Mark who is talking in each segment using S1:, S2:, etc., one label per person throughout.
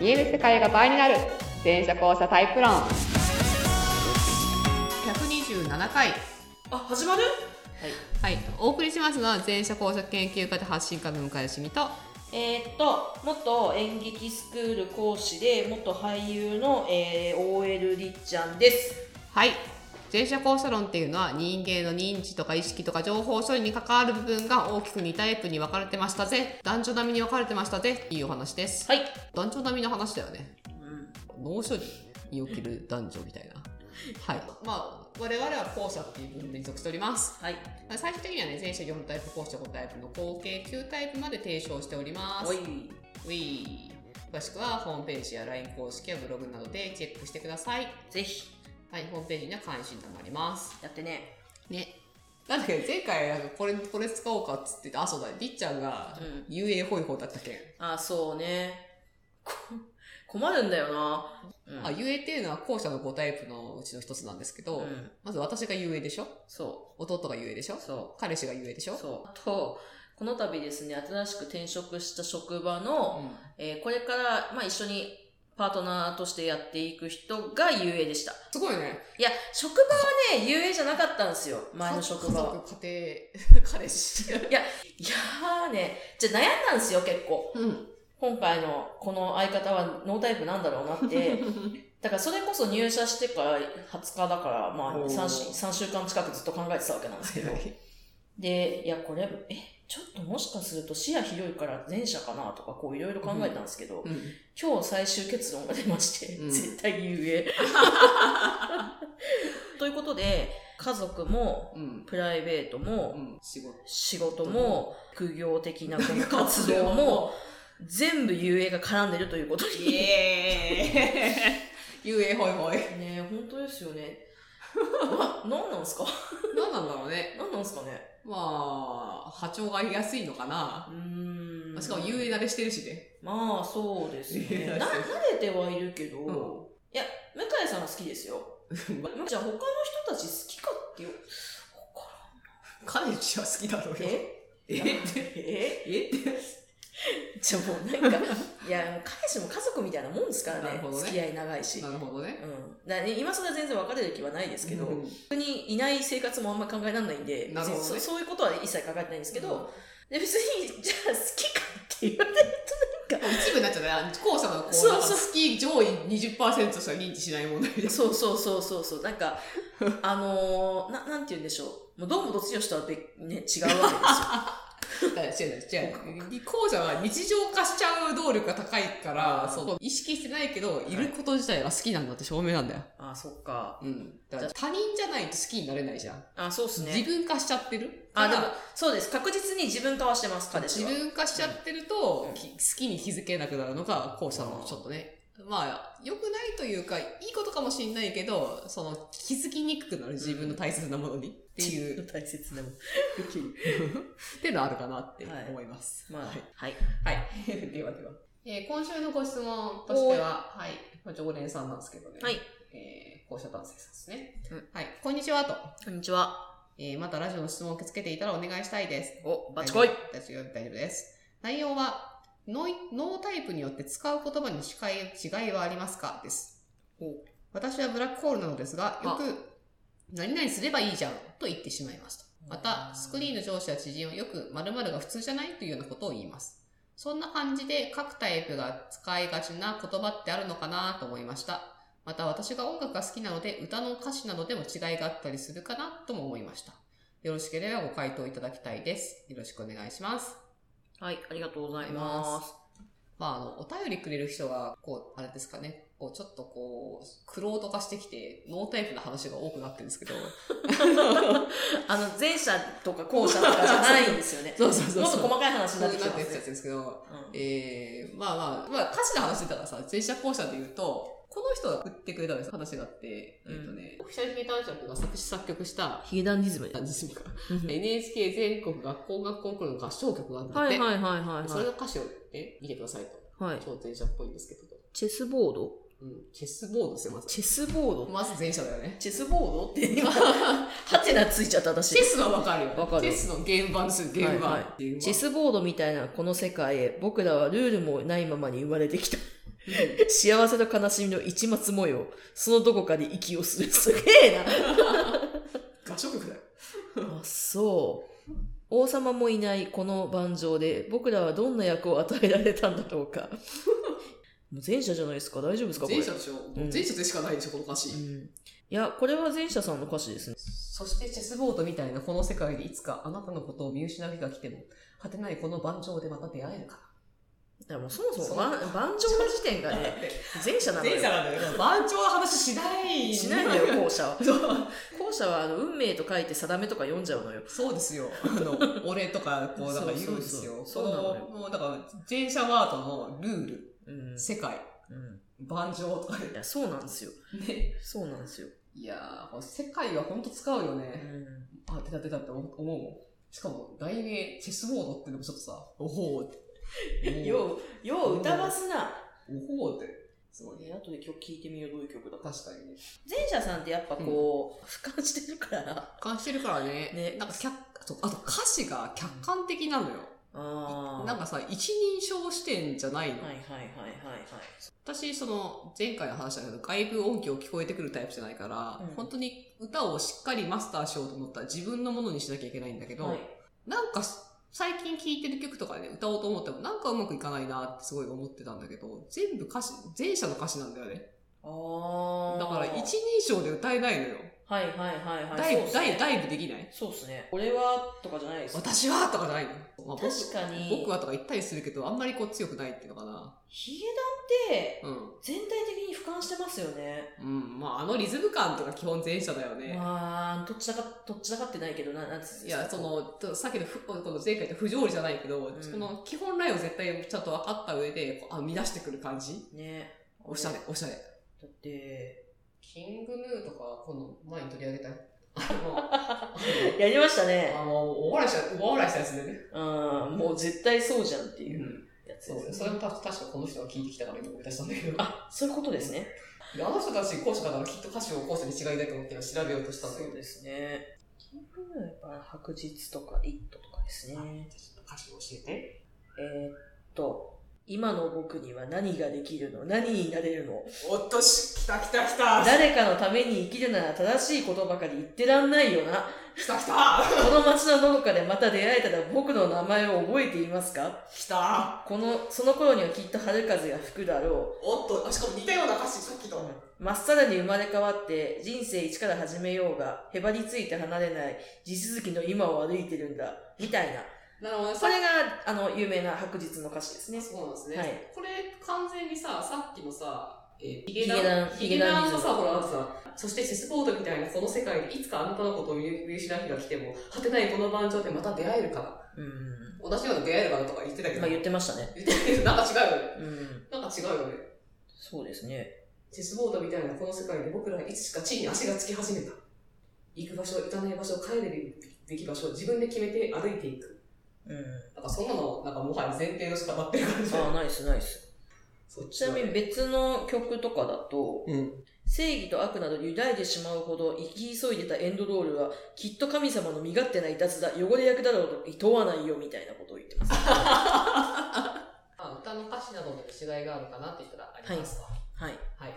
S1: 見える世界が倍になる全車交差タイプ論127回
S2: あ始まる
S1: はいお送りしますのは全車交差研究家で発信家の向井しみと
S2: えーっと元演劇スクール講師で元俳優の、えー、OL りっちゃんです
S1: はい全社交差論っていうのは人間の認知とか意識とか情報処理に関わる部分が大きく2タイプに分かれてましたぜ男女並みに分かれてましたぜっていうお話です
S2: はい、
S1: 男女並みの話だよね
S2: うん、
S1: 脳処理における男女みたいなはいまあ我々は後者っていう部分に属しております
S2: はい
S1: 最終的にはね前者4タイプ後者5タイプの合計9タイプまで提唱しております
S2: おい
S1: ウィー詳しくはホームページや LINE 公式やブログなどでチェックしてください
S2: ぜひ
S1: はいホームページには関心もあります
S2: やってね
S1: ね。なんだっけ、前回、なんかこれ、これ使おうかっつってて、あ、そうだ、りっちゃんが
S2: う、ん
S1: 遊泳ホイホイだったっけ、
S2: あそうねこ困るんだよな、うん
S1: あ、遊泳っていうのは後者の5タイプのうちの一つなんですけど、
S2: うん
S1: まず私が遊泳でしょ
S2: そ
S1: 弟が遊泳でしょ
S2: うそ
S1: 彼氏が遊泳でし
S2: う
S1: ょ
S2: そうあとこの度ですね新しく転職した職場
S1: う
S2: の、
S1: ん。
S2: えーこれから、まあ、一緒にパートナーとしてやっていく人が遊泳でした
S1: すごいね。
S2: いや、職場はね、遊泳じゃなかったんですよ。前の職場は。
S1: 家族、家庭、 彼氏。
S2: いやーね、じゃあ悩んだんですよ、結構。
S1: うん。
S2: 今回のこの相方はノータイプなんだろうな って。だからそれこそ入社してから20日だから、まあ
S1: おー
S2: 3, 3週間近くずっと考えてたわけなんですけど。で、いや、これ、え、ちょっともしかすると視野広いから前者かなとか、こういろいろ考えたんですけど、
S1: うん。
S2: 今日最終結論が出まして、
S1: うん
S2: 絶対遊 泳。ということで、家族も
S1: うん。
S2: プライベート
S1: う
S2: も、
S1: ん。仕 事。
S2: 仕事も、副業的なこの活動も、全部遊泳が絡んでるということに。
S1: イ
S2: ね
S1: エーイ遊泳ホイホイ。
S2: え、本当ですよ ね。な、なんなんすか
S1: 何なんだろうね。
S2: なんなんすかね
S1: まあ、波長が合いやすいのかな。
S2: うーん。
S1: しかも遊泳慣れしてるしね。
S2: まあ、そうですね。な、慣れてはいるけど、
S1: うん
S2: いや、向井さんは好きです よ。じゃあ他の人たち好きかってよ。
S1: 彼氏は好きだろうよ。
S2: え
S1: え
S2: え
S1: え
S2: じゃあもうなんか、いや、もう彼氏も家族みたいなもんですから
S1: なる
S2: ね。
S1: ほどね
S2: 付き合い長いし。
S1: なるほどね。
S2: うん、だ今それは全然別れる気はないですけど、
S1: うん
S2: 逆にいない生活もあんま考えられないんで、
S1: なるほどね
S2: 別にそそういうことは一切考えてないんですけど、
S1: うん
S2: で別にじゃあ好きかって言われるとなんか
S1: 一部になっちゃったら、後者のこう、
S2: そうそう
S1: なんか好き上位20%しか認知しない 問題です。
S2: そうそうそうそうそうなん かあのー、ななんて言うんでしょうもうどうもどっちよしとは別、ね、違うわけです よ
S1: 違う違う違う。後者は日常化しちゃう能力が高いから、
S2: うん
S1: そう意識してないけど、いること自体が好きなんだって証明なんだよ。
S2: あそっか
S1: うん。だから他人じゃないと好きになれないじゃん。
S2: あそうっす
S1: 自
S2: ね
S1: 分化しちゃってる。
S2: あで
S1: だ
S2: も
S1: から
S2: そうです確実に自分化はしてます彼氏
S1: 自
S2: は
S1: 分化しちゃってると、
S2: うん
S1: き好きに気づけなくなるのが後者のちょっとねまあ良くないというかいいことかもしれないけどその気づきにくくなる自分の大切なものにっていう、 っ
S2: 大切なもん
S1: ていうのあるかなって
S2: はい
S1: 思います、
S2: まあ
S1: はい
S2: はい
S1: はい ではでは、えー今週のご質問としては、はいまあ常連さんなんですけどね、
S2: はい
S1: えー後者男性さんですね、
S2: うん
S1: はいこんにちはと、
S2: こんにちは
S1: えーまたラジオの質問を受け付けていたらお願いしたいです
S2: おバチコイ
S1: 大丈夫大丈夫です。内容は、ノイノータイプによって使う言葉に違い違いはありますかです
S2: お。
S1: 私はブラックホールなのですが、
S2: あ
S1: よく、何々すればいいじゃんと言ってしまいますと。また、スクリーンの上司や知人はよく、〇〇が普通じゃないというようなことを言います。そんな感じで各タイプが使いがちな言葉ってあるのかなと思いました。また私が音楽が好きなので、歌の歌詞などでも違いがあったりするかなとも思いました。よろしければご回答いただきたいです。よろしくお願いします。
S2: はいありがとうございます
S1: まあ、あの、お便りくれる人が、こう、あれですかね、こう、ちょっとこう、苦労と化してきて、ノータイプな話が多くなってるんですけど。
S2: あの前者とか後者とかじゃないんですよね
S1: そうそうそうそう
S2: もっと細かい話
S1: そ
S2: に
S1: う
S2: な
S1: な
S2: っ
S1: ってて
S2: き
S1: き
S2: て
S1: ちゃってるん
S2: ますね
S1: ですけど、
S2: うん
S1: えー、まあまあ、まあ、歌詞の話だからさ、前者後者で言うと、この人が送ってくれた話があって、えっ、とね、オフィシャルヒゲ男爵が作詞作曲した、
S2: ヒゲダンディズム
S1: 何ですか NHK 全国学校学校コンクールの合唱曲があるんだっ
S2: は
S1: て、
S2: いはいはいはい
S1: それ
S2: は
S1: の歌詞を、ね、見てくださいと。
S2: い。はい。
S1: 超前者っぽいんですけど。
S2: チェスボード
S1: うん。チェスボードですよ、まず。
S2: チェスボード
S1: まず前者だよね。
S2: チェスボードって今、ハテナついちゃった私
S1: チェ。スはわかるよ。
S2: わかる
S1: チェスのゲーム版ですよ、ゲーム版。
S2: はいはい
S1: ゲーム版
S2: チェスボードみたいなこの世界へ僕らはルールもないままに生まれてきた。 幸せと悲しみの一末模様。そのどこかで息をする。すげえな。
S3: 合唱曲だよ。
S2: あ、そう。王様もいないこの盤上で、僕らはどんな役を与えられたんだろうか。もう前者じゃないですか大丈夫ですかこれ。
S3: 前者でしょ
S2: うん
S3: 前者でしかないでしょ、この歌詞
S2: う。ん。いや、これは前者さんの歌詞ですね。
S1: そしてチェスボードみたいなこの世界でいつかあなたのことを見失う日が来ても、果てないこの盤上でまた出会えるか
S2: だからもうそもそ
S1: そう
S2: も盤盤上の時点が
S1: ら。
S2: ね、前者なのよ。
S1: なんだよ。番長の話しない。
S2: しないんだよ、後者は。
S1: そう
S2: 後者はあの運命と書いて定めとか読んじゃうのよ。
S1: そうですよ。あの、俺とか、こう、だから言うんですよ。
S2: そうそうそうそうなのよ
S1: このもう、だから、前者ワードのルール、
S2: うん。
S1: 世界、
S2: う
S1: 盤上とかで
S2: ん。いや、そうなんですよ。
S1: ね。
S2: そうなんですよ。
S1: いやー、世界は本当使うよ
S2: う
S1: ね。
S2: ん。
S1: あ、出た出たって思うもん。しかも、題名、チェスボードってのもちょっとさ、おほー って。おほー
S2: よう、よう歌わすな。
S1: おほーって。すごいね。
S2: え後で曲聴いてみよう、どういう曲だか。
S1: 確かにね。
S2: 前者さんってやっぱこう、俯瞰してるからな。
S1: 感してるからね。
S2: ね
S1: なんか客、そうあと歌詞が客観的なのよ。
S2: あ
S1: なん
S2: か、
S1: かさ、一人称視点じゃないの。
S2: はいはいはいはい
S1: 私、その、前回の話だけど、外部音響聞こえてくるタイプじゃないから、
S2: うん
S1: 本当に歌をしっかりマスターしようと思ったら自分のものにしなきゃいけないんだけど、
S2: はい。
S1: なんか、最近聴いてる曲とかで歌おうと思っても、なんかうまくいかないなってすごい思ってたんだけど、全部歌詞、前者の歌詞なんだよね。
S2: ああ。
S1: だから、一人称で歌えないのよ。
S2: はいはいはいはい。
S1: ダイ
S2: そうっ
S1: ブ、
S2: す
S1: ダイ
S2: ね
S1: ブ、ダイブできない
S2: そうですね。俺は、とかじゃないです。
S1: 私はとかないの。まあ僕
S2: 確かに、
S1: 僕はとか言ったりするけど、あんまりこう強くないっていうのかな。
S2: ヒゲダンって、
S1: うん。
S2: 全体的に俯瞰してますよね。
S1: うん。まあ、あのリズム感とか基本前者だよね。
S2: まあ、どっちだか、どっちだかってないけど、な、なんつうん
S1: い
S2: ですか
S1: や、そ、の、とさっきのふこの前回の不条理じゃないけど、
S2: ん
S1: この基本ラインを絶対ちゃんと分かった上で、こうあ、見出してくる感じ
S2: ね。
S1: おしゃれ、おしゃれ。
S2: だって、
S1: キングヌーとか、この前に取り上げたい。あの、
S2: やりましたね。
S1: あのお笑いした、お笑いしたやつでね。
S2: うん、もう絶対そうじゃんっていう
S1: うん。
S2: やつ
S1: そ
S2: で
S1: う、
S2: す
S1: そ
S2: ね
S1: れもた確かこの人が聞いてきたから今思い出したんだけど。
S2: あ、そういうことですね。
S1: であの人たち後者だからきっと歌詞を後者に違いないと思って今調べようとしたんだけ
S2: そ
S1: ど
S2: う。ですね。キングヌーはやっぱ白日とかイットとかですね。
S1: 歌詞を教えて。
S2: えーっと、今の僕には何ができるの何になれるの
S1: おっとし、来た来た来た
S2: 誰かのために生きるなら正しいことばかり言ってらんないよな。
S1: 来た来た
S2: この街のどこかでまた出会えたら僕の名前を覚えていますか
S1: 来た
S2: この、その頃にはきっと春風が吹くだろ
S1: おっと、あしかも似たような歌詞さっき
S2: う
S1: と。。
S2: まっさらに生まれ変わって人生一から始めようが、へばりついて離れない地続きの今を歩いてるんだ。みたいな。
S1: なるほどね。
S2: それが、あの、有名な白日の歌詞ですね。
S1: そうなんですね。
S2: はい
S1: これ完全にさ、さっきのさ、えー、ヒゲ
S2: ゲ
S1: ダ
S2: ダ
S1: ン
S2: ン、
S1: ヒゲダンの
S2: ヒゲ
S1: さ、
S2: ダン
S1: ほらあのさ、そしてチェスボードみたいなこの世界でいつかあなたのことを見見失う日が来ても、果てないこの盤上でまた出会えるから、
S2: うん。
S1: 同じような出会えるかなとか言ってたけど、
S2: まあ
S1: 言
S2: 言っ
S1: って
S2: ましたね。
S1: たけど、なんか違うよね。
S2: うん。
S1: なんか違うよね。
S2: そうですね。
S1: チェスボードみたいなこの世界で僕らはいつしか地に足がつき始めた。行く場所、行かない場所、帰るべき場所、自分で決めて歩いていく。
S2: うん。
S1: なんかそんなの、なんかもはや前提の仕方っていう感じ
S2: ああ、ナイスナイス。
S1: そっ
S2: ちなみに別の曲とかだと、
S1: うん。
S2: 正義と悪など揺らいでしまうほど生き急いでたエンドロールは、きっと神様の身勝手ないたずだ、汚れ役だろうと厭わないよみたいなことを言ってます。
S1: まあ、歌の歌詞などの違いがあるかなって言ったらありますと。
S2: はい。
S1: はい。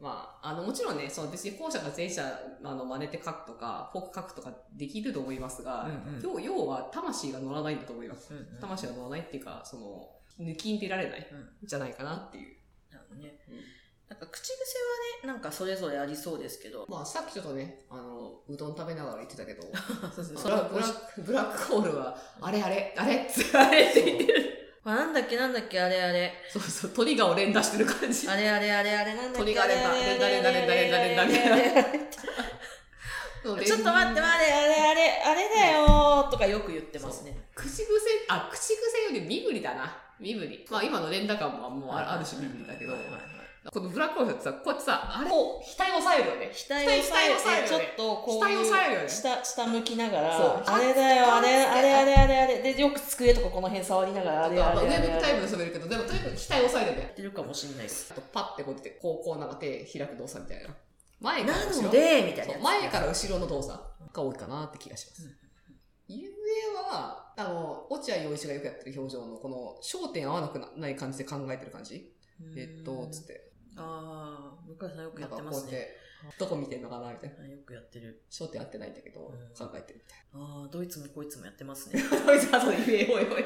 S1: まあ、あの、もちろんね、その別に後者が前者あの真似て書くとか、フォーク書くとかできると思いますが、
S2: うんうん
S1: 要要は魂が乗らないんだと思います。
S2: うんうん
S1: 魂が乗らないっていうか、その、抜きんでられないんじゃないかなっていう。
S2: なるほどね
S1: うん。
S2: なんか口癖はね、なんかそれぞれありそうですけど。
S1: まあ、さっきちょっとね、あの、うどん食べながら言ってたけど、
S2: そうそう
S1: ブラブラ ックブラックホールは、あれあれ、あれっつあれって言ってる。
S2: あなんだっけなんだっけあれあれ。
S1: そうそう、鳥がを連打してる感じ。
S2: あれあれあれあれなんだっ
S1: 鳥
S2: け
S1: が
S2: あ
S1: 連
S2: れ
S1: 打
S2: あれあれ
S1: 連打連打連打連打連打
S2: あれあれ
S1: そう
S2: ちょっと待って待って、あれあれあれ、あれだよーとかよく言ってますね。
S1: 口癖、あ、口癖より身振りだな。身振り。まあ今の連打感はもうあある種身振りだけど、
S2: はいはいはい
S1: このブラックホールってさ、こうやってさ、あれ、こう、額を押さえるよね。
S2: 額を押さえ
S1: 額を押
S2: て、ち
S1: さえるよ
S2: ょっ
S1: ね
S2: とこうい
S1: 額を押さえるよね
S2: う、下、下向きなが
S1: そう
S2: ら、あれだよ、あれ、あれ、あれ、あれ、あれ。で、よく机とかこの辺触りながら、あ
S1: と
S2: れ、
S1: か
S2: あ
S1: ま
S2: れ、
S1: あ
S2: あれ、
S1: 上
S2: あ
S1: 向、
S2: れ
S1: き
S2: あ
S1: タ
S2: れ。
S1: イプの人もいるけど、でもとにかく額を押さえるよね。
S2: ってるかもしれないです。
S1: あとパッてこうやって、こう、こうなんか手開く動作みたいな。前から
S2: な
S1: 後ろ
S2: ので、みたい
S1: そう
S2: な。
S1: 前から後ろの動作が多いかなって気がします。ゆえは、あの、落合陽一がよくやってる表情の、この、焦点合わなくなない感じで考えてる感じ。えっと、つって。
S2: ああ、向井さんよく
S1: な
S2: や
S1: ん
S2: っ
S1: か
S2: て
S1: こ
S2: ま
S1: うやっ
S2: すね。
S1: て、どこ見てんのかなみたいな。
S2: あよくやってる。
S1: 焦点合ってないんだけど、
S2: うん
S1: 考えてるみたい
S2: ああ、ドイツもこいつもやってますね。
S1: な。ドイツは そう言えよ、おいおい。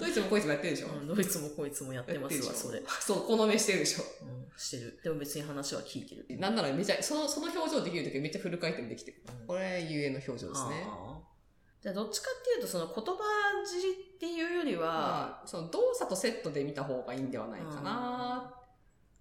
S1: ドイツもこいつもやってるでしょ、
S2: うんドイツもこいつもやって
S1: やっ
S2: ま
S1: てる
S2: す
S1: でしょ
S2: わ、それ。。
S1: そう、この目してるでしょ。
S2: うん、してる。でも別に話は聞いてる。
S1: なんならめちゃ、その、その表情できるときめっちゃフル回転できてる。
S2: うん
S1: これ、ゆえの表情ですね。
S2: あーじゃあどっちかっていうと、その言葉尻っていうよりは、
S1: まあ、その動作とセットで見た方がいいんではないかな、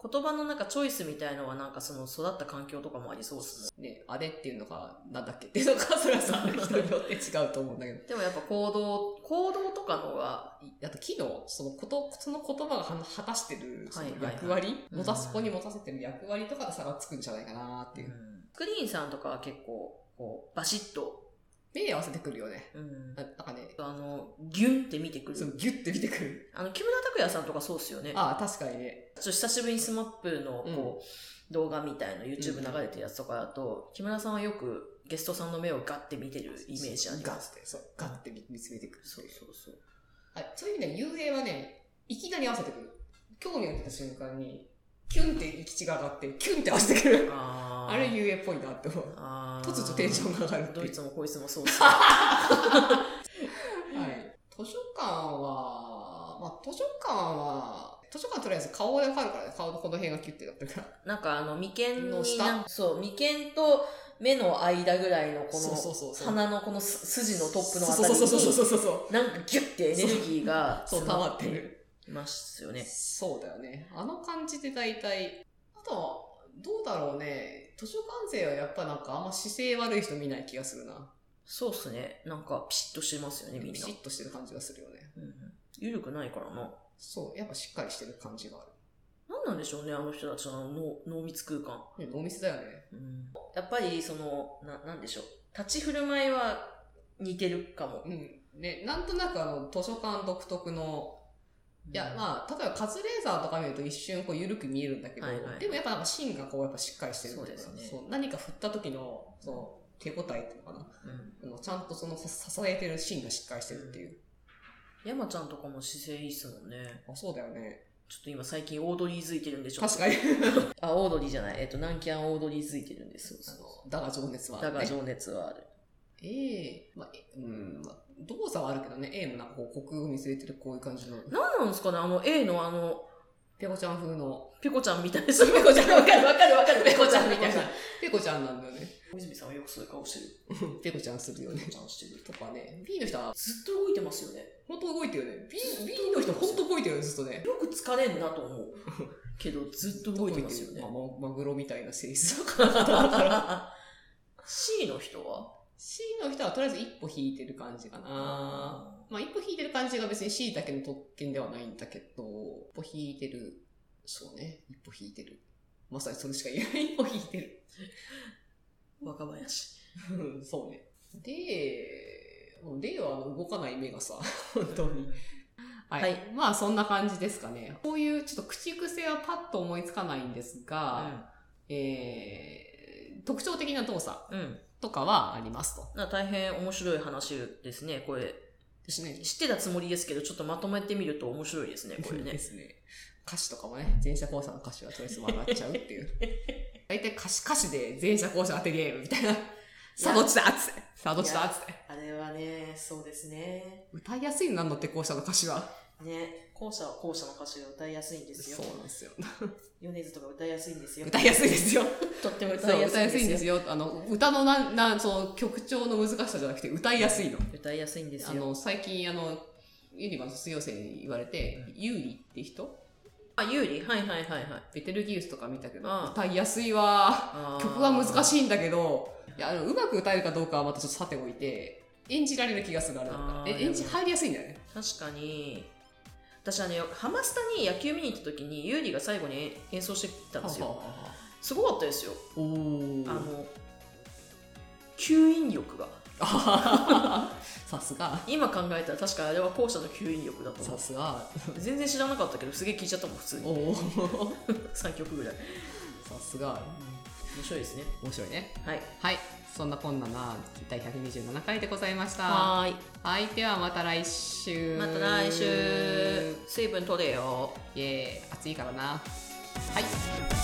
S2: 言葉のなんかチョイスみたいのはなんかその育った環境とかもありそうですね。
S1: ね、あれっていうのか、なんだっけっていうのか、それはさ、 人によって違うと思うんだけど。
S2: でもやっぱ行動、行動とかのが、
S1: あと、機能、そのこと、その言葉が果たしてる、その役
S2: はい
S1: 割、
S2: うん
S1: 持たそこに持たせてる役割とか差がつくんじゃないかなっていう。
S2: スクリーンさんとかは結構、こう、バシッと、
S1: 目に合わせてくるよね。
S2: うん
S1: ななんかね、
S2: あの、ギュンって見てく
S1: その
S2: る。
S1: ギュッて見てく る。
S2: あの、木村拓哉さんとかそうっすよね。
S1: ああ、確かにね。
S2: ちょっと久しぶりにスマップのこう、動画みたいの YouTube 流れてるやつとかだと、木村さんはよくゲストさんの目をガッて見てるイメージあり
S1: ガ
S2: ま
S1: ッ
S2: す。
S1: て、そう、ガッて見見つめてくる。
S2: そうそうそう。
S1: あそういう意味では、幽霊はね、いきなり合わせてくる。興味を出た瞬間に、キュンって行き血が上がって、キュンって合わせてくる。
S2: あ
S1: あれ幽霊っぽいなって思う。
S2: あ
S1: 突如テンションが上がるっていう
S2: ドイツもこいつもそうっ すね。
S1: はい。図書館は、まあ、図書館は、図書館とりあえず顔でわかるからね。顔のこの辺がキュッてなってるから。
S2: なんかあの、眉間
S1: の
S2: の
S1: 下
S2: 下。そう、眉間と目の間ぐらいのこ
S1: そうそう
S2: の、
S1: そうそう。
S2: 鼻のこのす筋のトップのあたり
S1: そう
S2: に、
S1: そうそうそうそうそう。
S2: なんかギュッてエネルギーが
S1: そう、溜まってる。
S2: ますよね。
S1: そうだよね。あの感じで大体、あとは、どうだろうね。図書館勢はやっぱなんかあんま姿勢悪い人見ない気がするな。
S2: そうっすね。なんかピシッとしてますよね、みん
S1: ピ
S2: な
S1: シ。ッとしてる感じがするよね。
S2: うん、緩くないからな。
S1: そう、やっぱしっかりしてる感じがあ
S2: なんなんでしょうね、あの人たちのあの濃濃密空間。
S1: る。うん、お店だよね。
S2: うん、やっぱり、その、な、なんでしょう。立ち振る舞いは似てるかも。
S1: うん。ね、なんとなくあの、図書館独特のいや、
S2: あ、
S1: まあ、例えばカズレーザーとか見ると一瞬こう緩く見えるんだけど、
S2: はいはい
S1: でもやっぱなんか芯がこうやっぱしっかりしてるっていか
S2: そうですね
S1: そう何か振った時の、その手応えっていうのかな。
S2: うん。
S1: あのちゃんとその支支えてる芯がしっかりしてるっていう。
S2: 山ちゃんとかも姿勢いいっすもんね。
S1: あ、そうだよね。
S2: ちょっと今最近オードリーづいてるんでしょ。
S1: 確かに。
S2: あ、オードリーじゃない。えっと、南キャンオードリーづいてるんです。そうそう
S1: あのだが情熱は、ね。
S2: だが情熱はある。
S1: ええまあ、えうん、まあ、動作はあるけどね、A もなんかこう、国を見据えてるこういう感じの、
S2: なんなんですかね、あの A のあの、
S1: ペコちゃん風の、
S2: ペコちゃんみたいな。 ペコちゃん、わかるわかるわかる。ペコちゃんみたいな。
S1: ペコちゃんなんだよね。
S2: 小泉さんはよくそういう顔してる。
S1: ペコちゃんするよね
S2: ペ。コちゃんしてる。
S1: とかね、B の人は、
S2: ずっと動いてますよね。
S1: 本当動いてるよね。B、B の人本当動いてるよね、ずっとね。
S2: よく疲れんなと 思う。けど、ずっと動いてますよね
S1: まあ。まマグロみたいな性質だからだから
S2: C の人は
S1: C の人はとりあえず一歩引いてる感じかな。まあ一歩引いてる感じが別に C だけの特権ではないんだけど、一歩引いてる。そうね。一歩引いてる。まさにそれしか言えない。一歩引いてる。
S2: 若林。
S1: うんそうね。で、もう例はあの動かない目がさ、 本当に。はい。
S2: はい
S1: まあそんな感じですかね。こういうちょっと口癖はパッと思いつかないんですが、えー、特徴的な動作。
S2: うん。うん。
S1: とかはありますと。
S2: な大変面白い話ですね、これ。
S1: ですね。
S2: 知ってたつもりですけど、ちょっとまとめてみると面白いですね、これ
S1: で
S2: ね。
S1: すね。歌詞とかもね、前者後者の歌詞はとりあえず笑っちゃうって いう。大体歌詞歌詞で前者後者当てゲームみたいな。さあどっちだっつって。さあどっちだっつって。
S2: あれはね、そうですね。
S1: 歌いやすいのなんのって後者の歌詞は。
S2: ね、後者は後者の歌詞が歌いやすいんで
S1: そうなんですよ。
S2: 米津とか歌いやすいんですよ
S1: 歌いやすいですよ。
S2: とっても
S1: そ
S2: 歌いうや
S1: 歌いや
S2: す
S1: すい
S2: い
S1: ん
S2: ん
S1: で
S2: です
S1: す
S2: よ。
S1: よ。あの、歌のなん、なん、その曲調の難しさじゃなくて歌いやすいの。
S2: 歌いやすいんです
S1: あ
S2: よ。
S1: の、最近あの、ユニバの卒業生に言われて、ユーリって人
S2: あ、有利はいはいはいはい。
S1: ベテルギウスとか見たけど、
S2: ああ
S1: 歌いやすいわー。曲は難
S2: い。
S1: しいんだけど、いや、あの、うまく歌えるかどうかはまたちょっとさておいて、演じられる気がするあれだったら
S2: あ。ー
S1: え、演じ入りやすいんだよね。
S2: 確かに。私あの、ハマスタに野球見に行った時に、有利が最後に演奏してきたんですよ。すごかったですよ。
S1: おお
S2: あの、吸引力が。
S1: さすが。
S2: 今考えたら確かあれは後者の吸引力だと思
S1: さ
S2: う。
S1: すが。
S2: 全然知らなかったけど、すげえ聞いちゃったもん、普通
S1: お
S2: に。
S1: お。
S2: 3曲ぐらい。
S1: さすが。
S2: 面白いですね。
S1: 面白いね。
S2: はい。
S1: はい。そんなこんなな第127回でございました。
S2: はーい。
S1: はい。ではまた来週。
S2: また来週。
S1: 水分取れよ。イエーイ。暑いからな。はい。